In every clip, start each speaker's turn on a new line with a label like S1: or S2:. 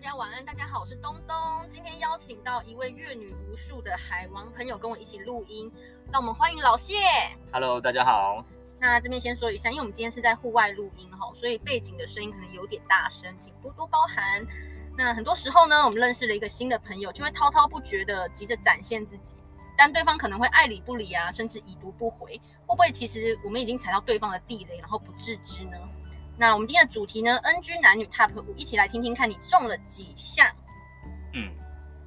S1: 家晚安，大家好，我是东东。今天邀请到一位阅女无数的海王朋友跟我一起录音，让我们欢迎老谢。
S2: Hello，大家好。
S1: 那这边先说一下，因为我们今天是在户外录音哈，所以背景的声音可能有点大声，请多多包涵。那很多时候呢，我们认识了一个新的朋友，就会滔滔不绝的急着展现自己，但对方可能会爱理不理啊，甚至已读不回。会不会其实我们已经踩到对方的地雷，然后不自知呢？那我们今天的主题呢，NG 男女 Top 五，一起来听听看你中了几项。
S2: 嗯，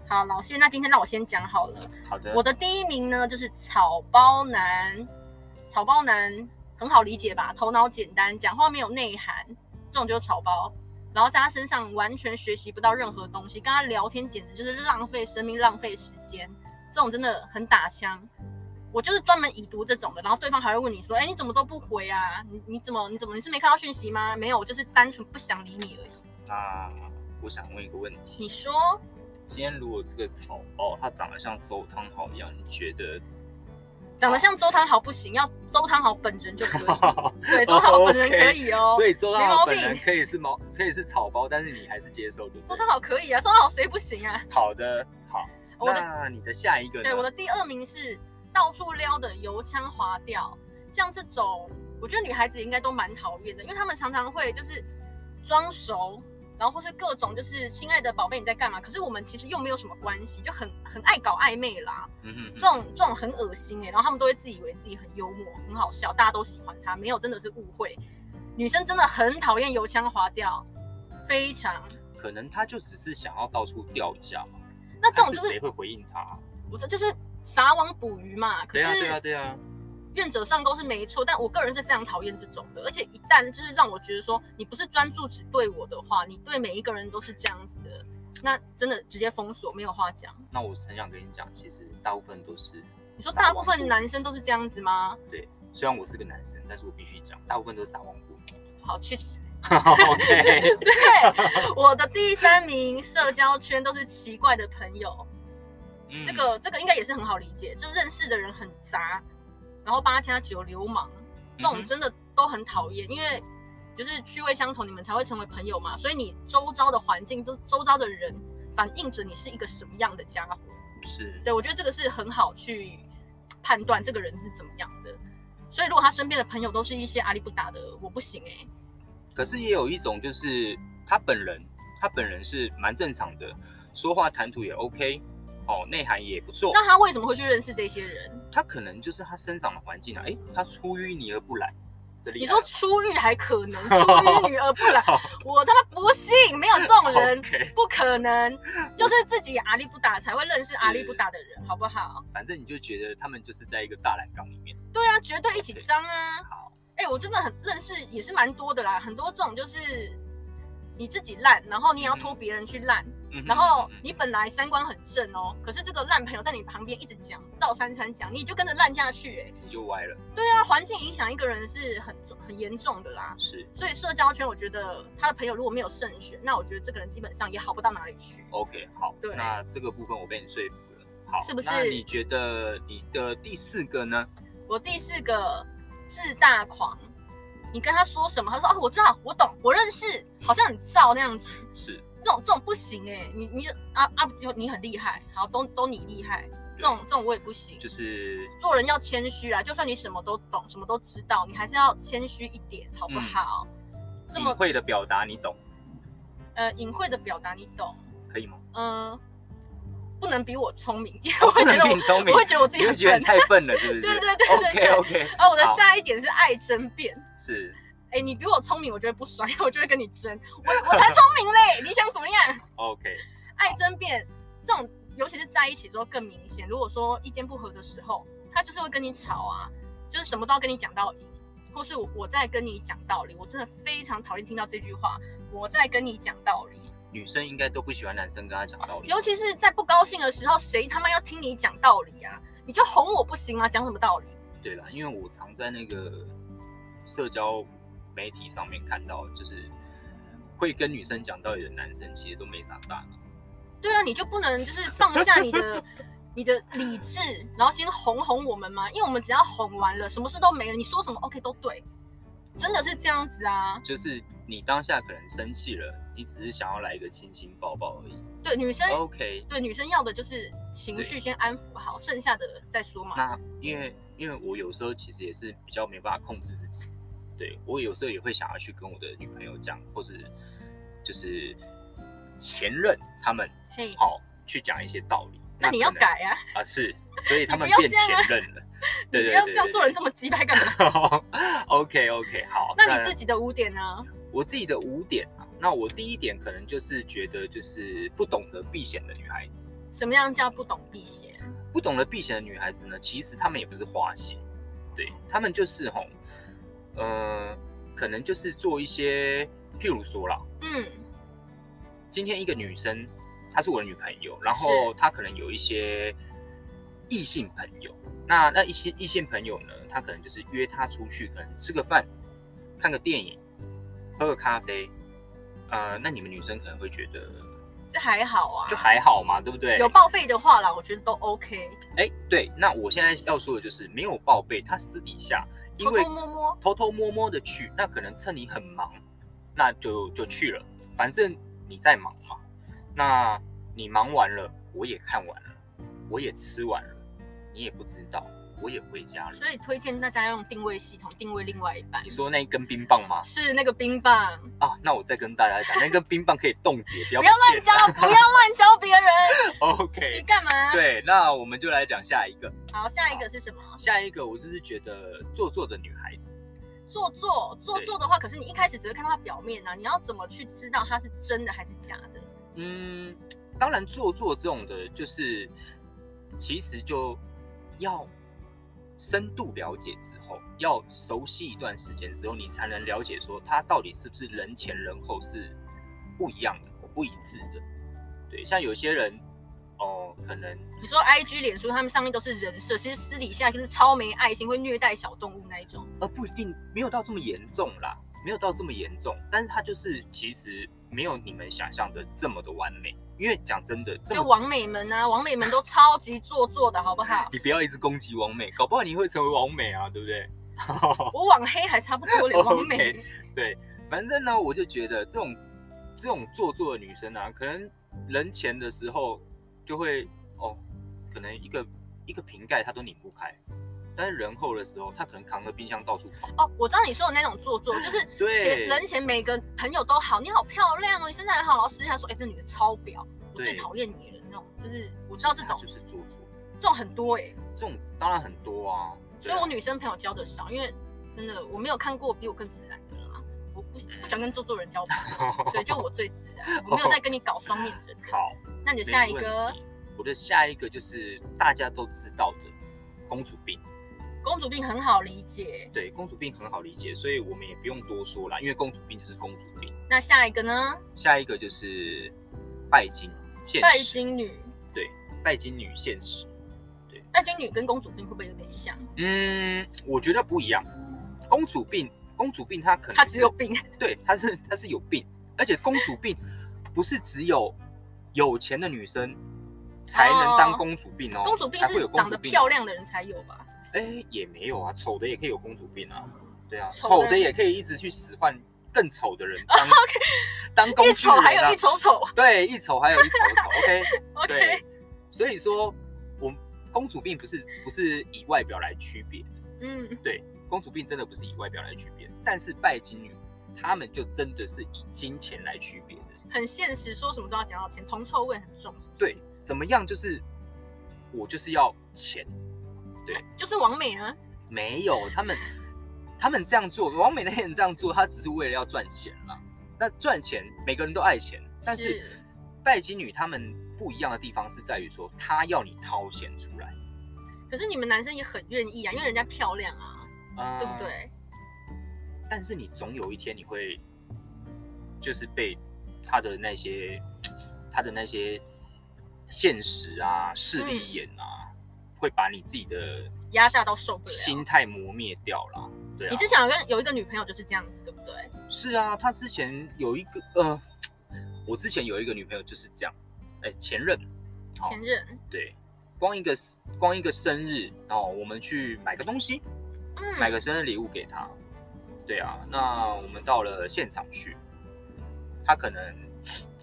S1: 好，老谢，那今天让我先讲好了。
S2: 好的。
S1: 我的第一名呢，就是草包男。草包男很好理解吧？头脑简单，讲话没有内涵，这种就是草包。然后在他身上完全学习不到任何东西，跟他聊天简直就是浪费生命、浪费时间。这种真的很打枪。我就是专门已读这种的，然后对方还会问你说：“哎，你怎么都不回啊？你你怎么你怎么你是没看到讯息吗？没有，我就是单纯不想理你而已。
S2: 那我想问一个问”题：
S1: 你说
S2: 今天如果这个草包它长得像周汤好一样，你觉 得？
S1: 长得像周汤豪不行，要周汤豪本人就可以。对，周汤豪本人可以哦。
S2: 哦所以周汤
S1: 没毛
S2: 豪
S1: 病
S2: 本人可以是毛，可以是草包，但是你还是接受的。
S1: 周汤豪可以啊，周汤豪谁不行啊？
S2: 好的，好。
S1: 我的
S2: 那啊你的下一个呢？
S1: 对我的第二名是到处撩的油腔滑调，像这种，我觉得女孩子应该都蛮讨厌的，因为她们常常会就是装熟，然后或是各种就是亲爱的宝贝你在干嘛？可是我们其实又没有什么关系，就很很爱搞暧昧啦，
S2: 嗯哼哼
S1: 这种这种很恶心哎、然后她们都会自以为自己很幽默，很好笑，大家都喜欢她，没有真的是误会，女生真的很讨厌油腔滑调，非常。
S2: 可能他就只是想要到处钓一下嘛。
S1: 那这种
S2: 但
S1: 就是是
S2: 谁会回应他？
S1: 我这就是撒网捕鱼嘛。可
S2: 对
S1: 是
S2: 啊，对啊，对啊。
S1: 愿者上钩是没错，但我个人是非常讨厌这种的。而且一旦就是让我觉得说你不是专注只对我的话，你对每一个人都是这样子的，那真的直接封锁，没有话讲。
S2: 那我很想跟你讲，其实大部分都是，
S1: 你说
S2: 撒
S1: 大
S2: 网
S1: 部分
S2: 捕
S1: 男生都是这样子吗？
S2: 虽然我是个男生，但是我必须讲，大部分都是撒网 捕鱼。
S1: 好，去死！
S2: OK，
S1: 对，我的第三名社交圈都是奇怪的朋友。
S2: 嗯
S1: 这个这个应该也是很好理解，就认识的人很杂，然后八加九流氓，这
S2: 嗯
S1: 种
S2: 哼
S1: 真的都很讨厌，因为就是趣味相同，你们才会成为朋友嘛。所以你周遭的环境，都周遭的人，反映着你是一个什么样的家伙。
S2: 是
S1: 对我觉得这个是很好去判断这个人是怎么样的。所以如果他身边的朋友都是一些阿里不达的，我不行哎、
S2: 哦可是也有一种就是他本人，他本人是蛮正常的，说话谈吐也 OK，哦，内涵也不错。
S1: 那他为什么会去认识这些人？
S2: 他可能就是他生长的环境啊，诶，他出淤泥而不染，这厉
S1: 你
S2: 害
S1: 说
S2: 了。
S1: 出狱还可能，出淤泥而不 染，我他妈不信，没有这种人。
S2: OK，
S1: 不可 能，就是自己阿力不打才会认识
S2: 是
S1: 阿力不打的人，好不好？
S2: 反正你就觉得他们就是在一个大染缸里面。
S1: 对啊，绝对一起脏啊！
S2: 好，
S1: 哎、我真的很认识也是蛮多的啦，很多这种就是你自己烂，然后你也要拖别人去烂，
S2: 嗯哼
S1: 然后
S2: 嗯哼
S1: 你本来三观很正哦，可是这个烂朋友在你旁边一直讲，照三餐讲，你就跟着烂下去、哎，
S2: 你就歪了，
S1: 对啊，环境影响一个人是很重很严重的啦。
S2: 是
S1: 所以社交圈，我觉得他的朋友如果没有慎选，那我觉得这个人基本上也好不到哪里去。
S2: OK 好。
S1: 对
S2: 那这个部分我被你说服了。好，
S1: 是不是
S2: 那你觉得你的第四个呢？
S1: 我第四个自大狂，你跟他说什么，他说哦，我知道，我懂，我认识，好像很燥那样子。
S2: 是
S1: 这种这种不行哎、你你啊啊，有你很厉害，好都都你厉害，这种这种我也不行。
S2: 就是
S1: 做人要谦虚啊，就算你什么都懂，什么都知道，你还是要谦虚一点，好
S2: 嗯
S1: 不好？这么
S2: 隐晦的表达，你懂
S1: 呃隐晦的表达你懂，
S2: 可以吗？
S1: 嗯、不能比我聪明，因为
S2: 哦
S1: 我会觉得
S2: 你聪
S1: 我
S2: 明
S1: 我会觉得我自己
S2: 你会
S1: 很
S2: 觉得
S1: 笨
S2: 你。太笨了，是不 是？
S1: 对对对对对
S2: OK OK，
S1: 啊，我的
S2: 好
S1: 下一点是爱争辩。
S2: 是
S1: 哎、你比我聪明，我就会不爽，因 为我就会跟你争。我我才聪明嘞，你想怎么样？
S2: OK，
S1: 爱争辩这种，尤其是在一起之后更明显。如果说意见不合的时候，他就是会跟你吵啊，就是什么都要跟你讲道理，或是我我在跟你讲道理，我真的非常讨厌听到这句话。我在跟你讲道理，
S2: 女生应该都不喜欢男生跟她讲道理，
S1: 尤其是在不高兴的时候，谁他妈要听你讲道理啊？你就哄我不行吗？啊讲什么道理？
S2: 对啦，因为我常在那个社交媒体上面看到，就是会跟女生讲道理的男生，其实都没长大脑。
S1: 对啊，你就不能就是放下你的你的理智，然后先哄哄我们吗？因为我们只要哄完了，什么事都没了，你说什么 OK 都对，真的是这样子啊。
S2: 就是你当下可能生气了，你只是想要来一个亲亲抱抱而已。
S1: 对女生
S2: OK，
S1: 对女生要的就是情绪
S2: 哦对
S1: 先安抚好，剩下的再说嘛。
S2: 那因为因为我有时候其实也是比较没办法控制自己，对我有时候也会想要去跟我的女朋友讲，或是就是前任他们
S1: 嘿，
S2: 哦去讲一些道理。
S1: 那你要
S2: 可能
S1: 改啊，
S2: 啊，是，所以他
S1: 你
S2: 们
S1: 不要
S2: 变
S1: 这样啊
S2: 前任了。
S1: 你
S2: 对
S1: 不
S2: 对
S1: 要
S2: 对
S1: 这样
S2: 对
S1: 做人
S2: 对
S1: 这么鸡掰干嘛？
S2: OK OK，好。
S1: 那你自己的污点呢？
S2: 我自己的五点啊，那我第一点可能就是觉得就是不懂得避险的女孩子，
S1: 什么样叫不懂避嫌？
S2: 不懂得避险的女孩子呢，其实她们也不是花心，对她们就是吼，呃，可能就是做一些，譬如说啦，
S1: 嗯，
S2: 今天一个女生她是我的女朋友，然
S1: 是
S2: 后她可能有一些异性朋友，那那一些异性朋友呢，她可能就是约她出去，可能吃个饭、看个电影、喝个咖啡，呃，那你们女生可能会觉得
S1: 这还好啊，
S2: 就还好嘛，对不对？
S1: 有报备的话啦，我觉得都 OK，
S2: 哎，对，那我现在要说的就是没有报备，她私底下因
S1: 偷
S2: 为
S1: 偷摸摸，
S2: 偷偷摸摸的去，那可能趁你很忙，那就就去了，反正你在忙嘛。那你忙完了，我也看完了，我也吃完了，你也不知道，我也回家了。
S1: 所以推荐大家用定位系统定位另外一半
S2: 你，说那一根冰棒吗？
S1: 是那个冰棒，
S2: 啊，那我再跟大家讲，那根冰棒可以冻结，不要
S1: 不
S2: 不
S1: 要乱教，不要乱教别人，你
S2: OK，
S1: 干嘛？，
S2: 对，那我们就来讲下一个，
S1: 好，下一个是什么？
S2: 下一个我就是觉得做作的女孩子，
S1: 做作做
S2: 对
S1: 作的话，可是你一开始只会看到他表面啊，你要怎么去知道他是真的还是假的？
S2: 嗯，当然做作这种的，就是其实就要深度了解之后，要熟悉一段时间之后，你才能了解说他到底是不是人前人后是不一样的、不一致的。对，像有些人哦、可能
S1: 你说 I G、脸书他们上面都是人设，其实私底下就是超没爱心，会虐待小动物那一种。
S2: 呃不一定没有到这么严重啦，没有到这么严重，但是他就是其实没有你们想象的这么的完美。因为讲真的，这
S1: 就
S2: 么
S1: 王美们啊，王美们都超级做作的好不 好？
S2: 你不要一直攻击王美，搞不好你会成为王美啊，对不对？
S1: 我网黑还差不多嘞，王美
S2: 哦 OK 反正呢，我就觉得这种这种做作的女生啊，可能人前的时候就会哦，可能一个一个瓶盖她都拧不开，但是人后的时候，她可能扛着冰箱到处跑。
S1: 哦，我知道你说的那种做作，就是前
S2: 对
S1: 人前每个朋友都好，你好漂亮哦，你身材很好，然后私下说，哎、这女的超婊，我最
S2: 对
S1: 讨厌你了那种，就是我知道这种
S2: 就是做作，
S1: 这种很多哎、
S2: 这种当然很多啊。对
S1: 所
S2: 啊
S1: 以我女生朋友交的少，因为真的我没有看过比我更自然的了啊，我
S2: 嗯
S1: 不不想跟做作人交朋 友，对，就我最自然，我没有在跟你搞双面的人。
S2: 好，
S1: 那你的
S2: 没
S1: 下一
S2: 问
S1: 个
S2: 题。我的下一个就是大家都知道的公主病。
S1: 公主病很好理解，
S2: 对，公主病很好理解，所以我们也不用多说啦，因为公主病就是公主病。
S1: 那下一个呢？
S2: 下一个就是拜金，现
S1: 拜
S2: 实，
S1: 金女，
S2: 拜金女现实。
S1: 拜金女跟公主病会不会有点像？
S2: 嗯，我觉得不一样。公主病，公主病她可能
S1: 她只有
S2: 嗯是
S1: 病，
S2: 对，她是她是有病，而且公主病不是只有有钱的女生才能当公主病 哦，
S1: 公主病
S2: 才会
S1: 是
S2: 有公
S1: 长
S2: 主
S1: 得
S2: 病
S1: 漂
S2: 哦
S1: 亮的人才有吧？
S2: 哎、也没有啊，丑的也可以有公主病啊，对啊，
S1: 丑
S2: 丑
S1: 的
S2: 的也可以一直去使唤更 丑的人当、当公
S1: 一
S2: 主、
S1: 丑
S2: 啊，
S1: 还有一丑丑。
S2: 对，一丑还有一丑丑 ，OK，
S1: OK，
S2: 对，所以说我公主病不是不是以外表来区别的，
S1: 嗯，
S2: 公主病真的不是以外表来区别的，但是拜金女她们就真的是以金钱来区别的，
S1: 很现实，说什么都要讲到钱，铜臭味很重。是不是，
S2: 对，怎么样就是我就是要钱，
S1: 就是王美啊，
S2: 没有，他们他们这样做，王美那些人这样做，他只是为了要赚钱啦。那赚钱，每个人都爱钱，但是
S1: 是
S2: 拜金女她们不一样的地方是在于说，她要你掏钱出来，
S1: 可是你们男生也很愿意啊，因为人家漂亮啊，
S2: 啊，
S1: 对不？对？
S2: 但是你总有一天你会，就是被她的那些她的那些现实啊、势利眼啊，会把你自己的
S1: 压榨到受不了。
S2: 心态磨灭掉啦。对啊，
S1: 你之前有跟有一个女朋友就是这样子，对不对？
S2: 是啊，他之前有一个呃，我之前有一个女朋友就是这样，哎，前任，好
S1: 前任，
S2: 对，光一个光一个生日，然后我们去买个东西，买
S1: 嗯，
S2: 个生日礼物给他，对啊，那我们到了现场去，他可能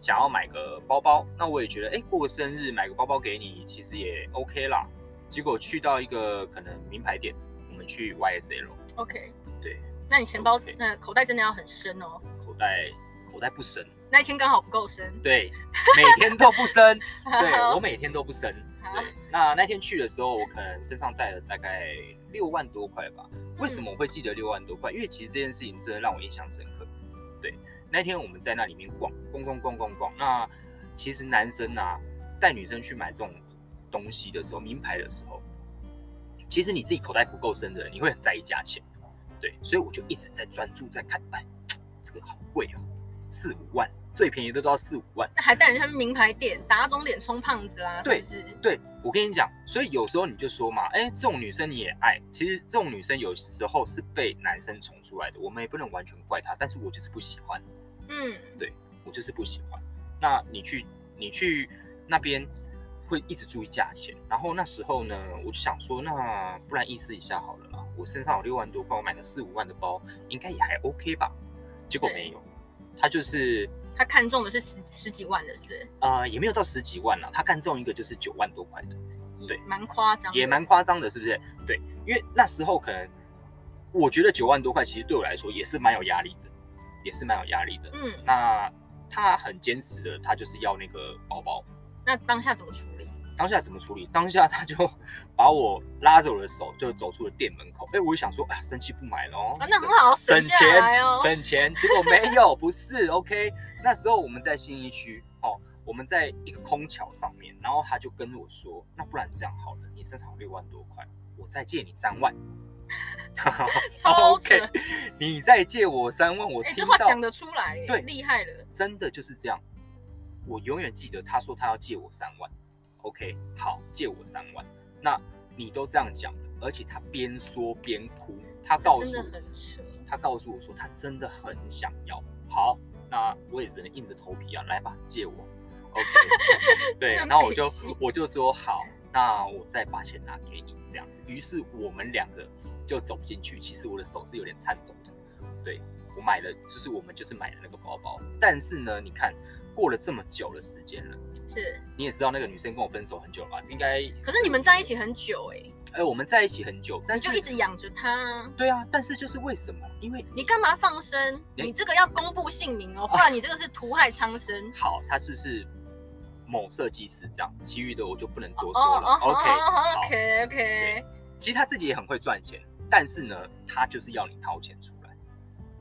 S2: 想要买个包包，那我也觉得，哎、过个生日买个包包给你，其实也 OK 啦。结果去到一个可能名牌店，我们去 YSL，
S1: OK，
S2: 对，
S1: 那你钱包
S2: OK
S1: 那口袋真的要很深哦。
S2: 口袋口袋不深，
S1: 那一天刚好不够深，
S2: 对，每天都不深， 对
S1: 好
S2: 我每天都不深。
S1: 好
S2: 对，那那天去的时候，我可能身上带了大概六万多块吧。为什么我会记得六万多块？因为其实这件事情真的让我印象深刻。对，那天我们在那里面逛，逛逛逛逛逛。那其实男生啊，带女生去买这种东西的时候，名牌的时候，其实你自己口袋不够深的人，你会很在意价钱。对，所以我就一直在专注在看，哎，这个好贵哦，四五万，最便宜的都要四五万。
S1: 那还带人去名牌店打肿脸充胖子啦，
S2: 对
S1: 是不是？
S2: 对我跟你讲，所以有时候你就说嘛，哎，这种女生你也爱。其实这种女生有时候是被男生宠出来的，我们也不能完全怪她，但是我就是不喜欢，
S1: 嗯，
S2: 我就是不喜欢。那你去，你去那边会一直注意价钱。然后那时候呢，我就想说，那不然意思一下好了啦。我身上有六万多块，我买个四五万的包，应该也还 OK 吧？结果没有，她就是
S1: 他看中的是十十几万的，是不是？
S2: 呃，也没有到十几万啦，她看中一个就是九万多块的。对
S1: 蛮夸张的，
S2: 也蛮夸张的，是不是？对，因为那时候可能我觉得九万多块，其实对我来说也是蛮有压力的，也是蛮有压力的。
S1: 嗯。
S2: 那他很坚持的，他就是要那个包包。
S1: 那当下怎么处理？
S2: 当下怎么处理？当下他就 把我拉着我的手，就走出了店门口。哎，我就想说，啊，生气不买了哦，
S1: 啊，那很好，
S2: 省
S1: 下来哦。
S2: 省钱，结果没有， 不是 OK。那时候我们在信义区，哦，我们在一个空桥上面，然后他就跟我说，那不然这样好了，你身上有六万多块，我再借你三万。
S1: 超扯
S2: 哦 OK，你再借我三万，我
S1: 哎、
S2: 听
S1: 这话
S2: 到
S1: 讲得出来耶，
S2: 对
S1: 厉害了。
S2: 真的就是这样。我永远记得他说他要借我三万，OK，好，借我三万。那你都这样讲了，而且他边说边哭，他告诉
S1: 哎真的
S2: 我
S1: 很扯。
S2: 他告诉我说他真的很想要。好，那我也只能硬着头皮啊，来吧，借我。OK，对，
S1: 很
S2: 然后我
S1: 北
S2: 就
S1: 齐
S2: 我就说好，那我再把钱拿给你这样子。于是我们两个就走进去，其实我的手是有点颤抖的。对我买了，就是我们就是买了那个包包，但是呢，你看过了这么久的时间了，
S1: 是，
S2: 你也知道那个女生跟我分手很久了吧？应该
S1: 可是你们在一起很久哎、
S2: 哎、我们在一起很久，但
S1: 你
S2: 是
S1: 就一直养着他。
S2: 对啊，但是就是为什么？因为
S1: 你干嘛放生？
S2: 你
S1: 你这个要公布姓名哦，不然你这个是毒害苍生。
S2: 好，他只是某设计师这样，其余的我就不能多说了。
S1: 哦
S2: OK，好
S1: OK OK，
S2: 其实他自己也很会赚钱，但是呢，他就是要你掏钱出来，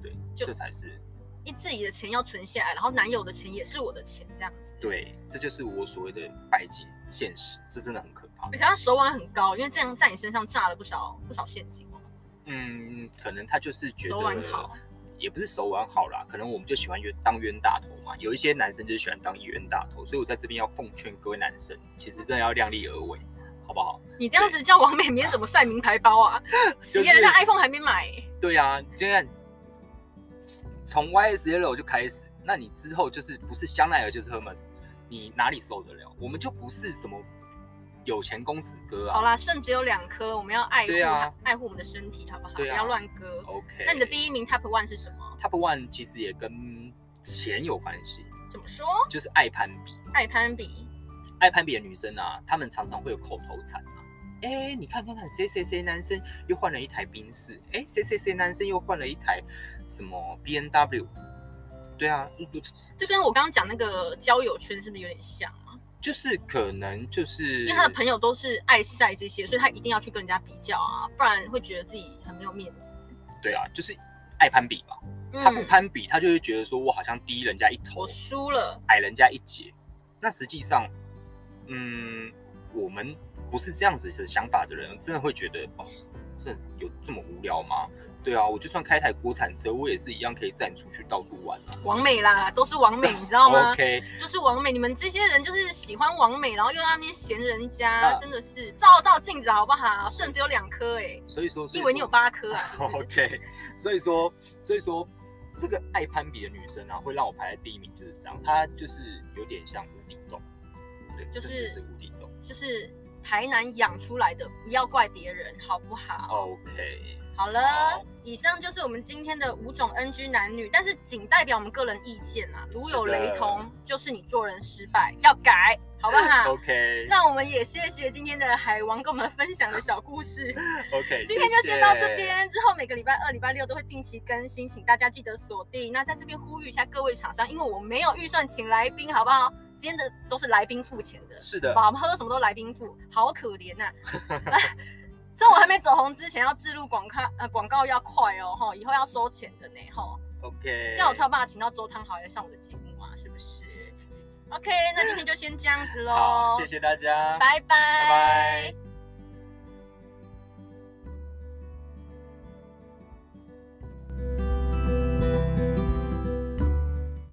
S2: 对，
S1: 就嗯
S2: 这才是
S1: 一自己的钱要存下来，然后男友的钱也是我的钱，这样子。。
S2: 对，这就是我所谓的拜金现实，这真的很可怕
S1: 而。且他手腕很高，因为这样在你身上炸了不少不少陷阱哦。
S2: 嗯，可能他就是觉得
S1: 手腕好，
S2: 也不是手腕好啦，可能我们就喜欢冤当冤大头嘛。有一些男生就是喜欢当冤大头，所以我在这边要奉劝各位男生，其实真的要量力而为，好不好？
S1: 你这样子叫王美明怎么晒名牌包 啊？企业人家 iPhone 还没买欸、
S2: 对啊，你就看从 YSL 就开始，那你之后就是不是香奈儿就是 Hermes，你哪里受得了？我们就不是什么有钱公子哥啊。
S1: 好啦，肾只有两颗，我们要爱护
S2: 对
S1: 它、
S2: 啊
S1: 爱护我们的身体，好不好？
S2: 对啊
S1: 不要乱割。
S2: ，OK。
S1: 那你的第一名 Top One 是什么？
S2: Top One 其实也跟钱有关系，
S1: 怎么说？
S2: 就是爱攀比。
S1: 爱攀比，
S2: 爱攀比的女生啊，她们常常会有口头禅啊。哎，你看看看，谁谁谁男生又换了一台宾士，哎，谁谁谁男生又换了一台什么 B N W，对啊，
S1: 这跟我刚刚讲那个交友圈是不是有点像啊？
S2: 就是可能就是
S1: 因为他的朋友都是爱晒这些，所以他一定要去跟人家比较啊，不然会觉得自己很没有面子。
S2: 对啊，就是爱攀比嘛。
S1: 嗯
S2: 他不攀比，他就会觉得说我好像低人家一头
S1: 我，输了，
S2: 矮人家一截。那实际上，嗯，我们不是这样子的想法的人，真的会觉得哦，这有这么无聊吗？对啊，我就算开台国产车，我也是一样可以载你出去到处玩啊。
S1: 王美啦，都是王 美，你知道哦吗
S2: OK，
S1: 就是王美，你们这些人就是喜欢王美，然后又在那边嫌人家，
S2: 啊
S1: 真的是照照镜子好不好？肾只有两颗哎、
S2: 所以说，所
S1: 你
S2: 以
S1: 以为你有
S2: 说
S1: 八颗 啊？是不是
S2: OK，所以说，所以说，这个爱攀比的女生啊，会让我排在第一名，就是这样。她就是有点像无底洞，对，
S1: 就是
S2: 真的是无底洞。
S1: 就是台南养出来的，不要怪别人，好不好？
S2: OK，
S1: 好了，
S2: 好
S1: 以上就是我们今天的五种 NG 男女，但是仅代表我们个人意见啊，如有
S2: 是的
S1: 雷同，就是你做人失败，要改，好不好？
S2: ，OK，
S1: 那我们也谢谢今天的海王跟我们分享的小故 事。
S2: OK，
S1: 今天就
S2: 谢
S1: 先
S2: 谢
S1: 到这。边，之后每个礼拜二、礼拜六都会定期更新，请大家记得锁定。那在这边呼吁一下各位厂商，因为我没有预算请来宾，好不好？今天的都是来宾付钱的，
S2: 是的
S1: 好，吧我们喝什么都来宾付，好可怜呐、 来趁我还没走红之前，要置入广告，呃，广告要快哦，吼，以后要收钱的呢，吼，
S2: OK，
S1: 这样我才有办法请到周汤豪来上我的节目啊，是不是？OK，那今天就先这样子喽，
S2: 好，谢，谢大家，
S1: 拜拜，
S2: 拜拜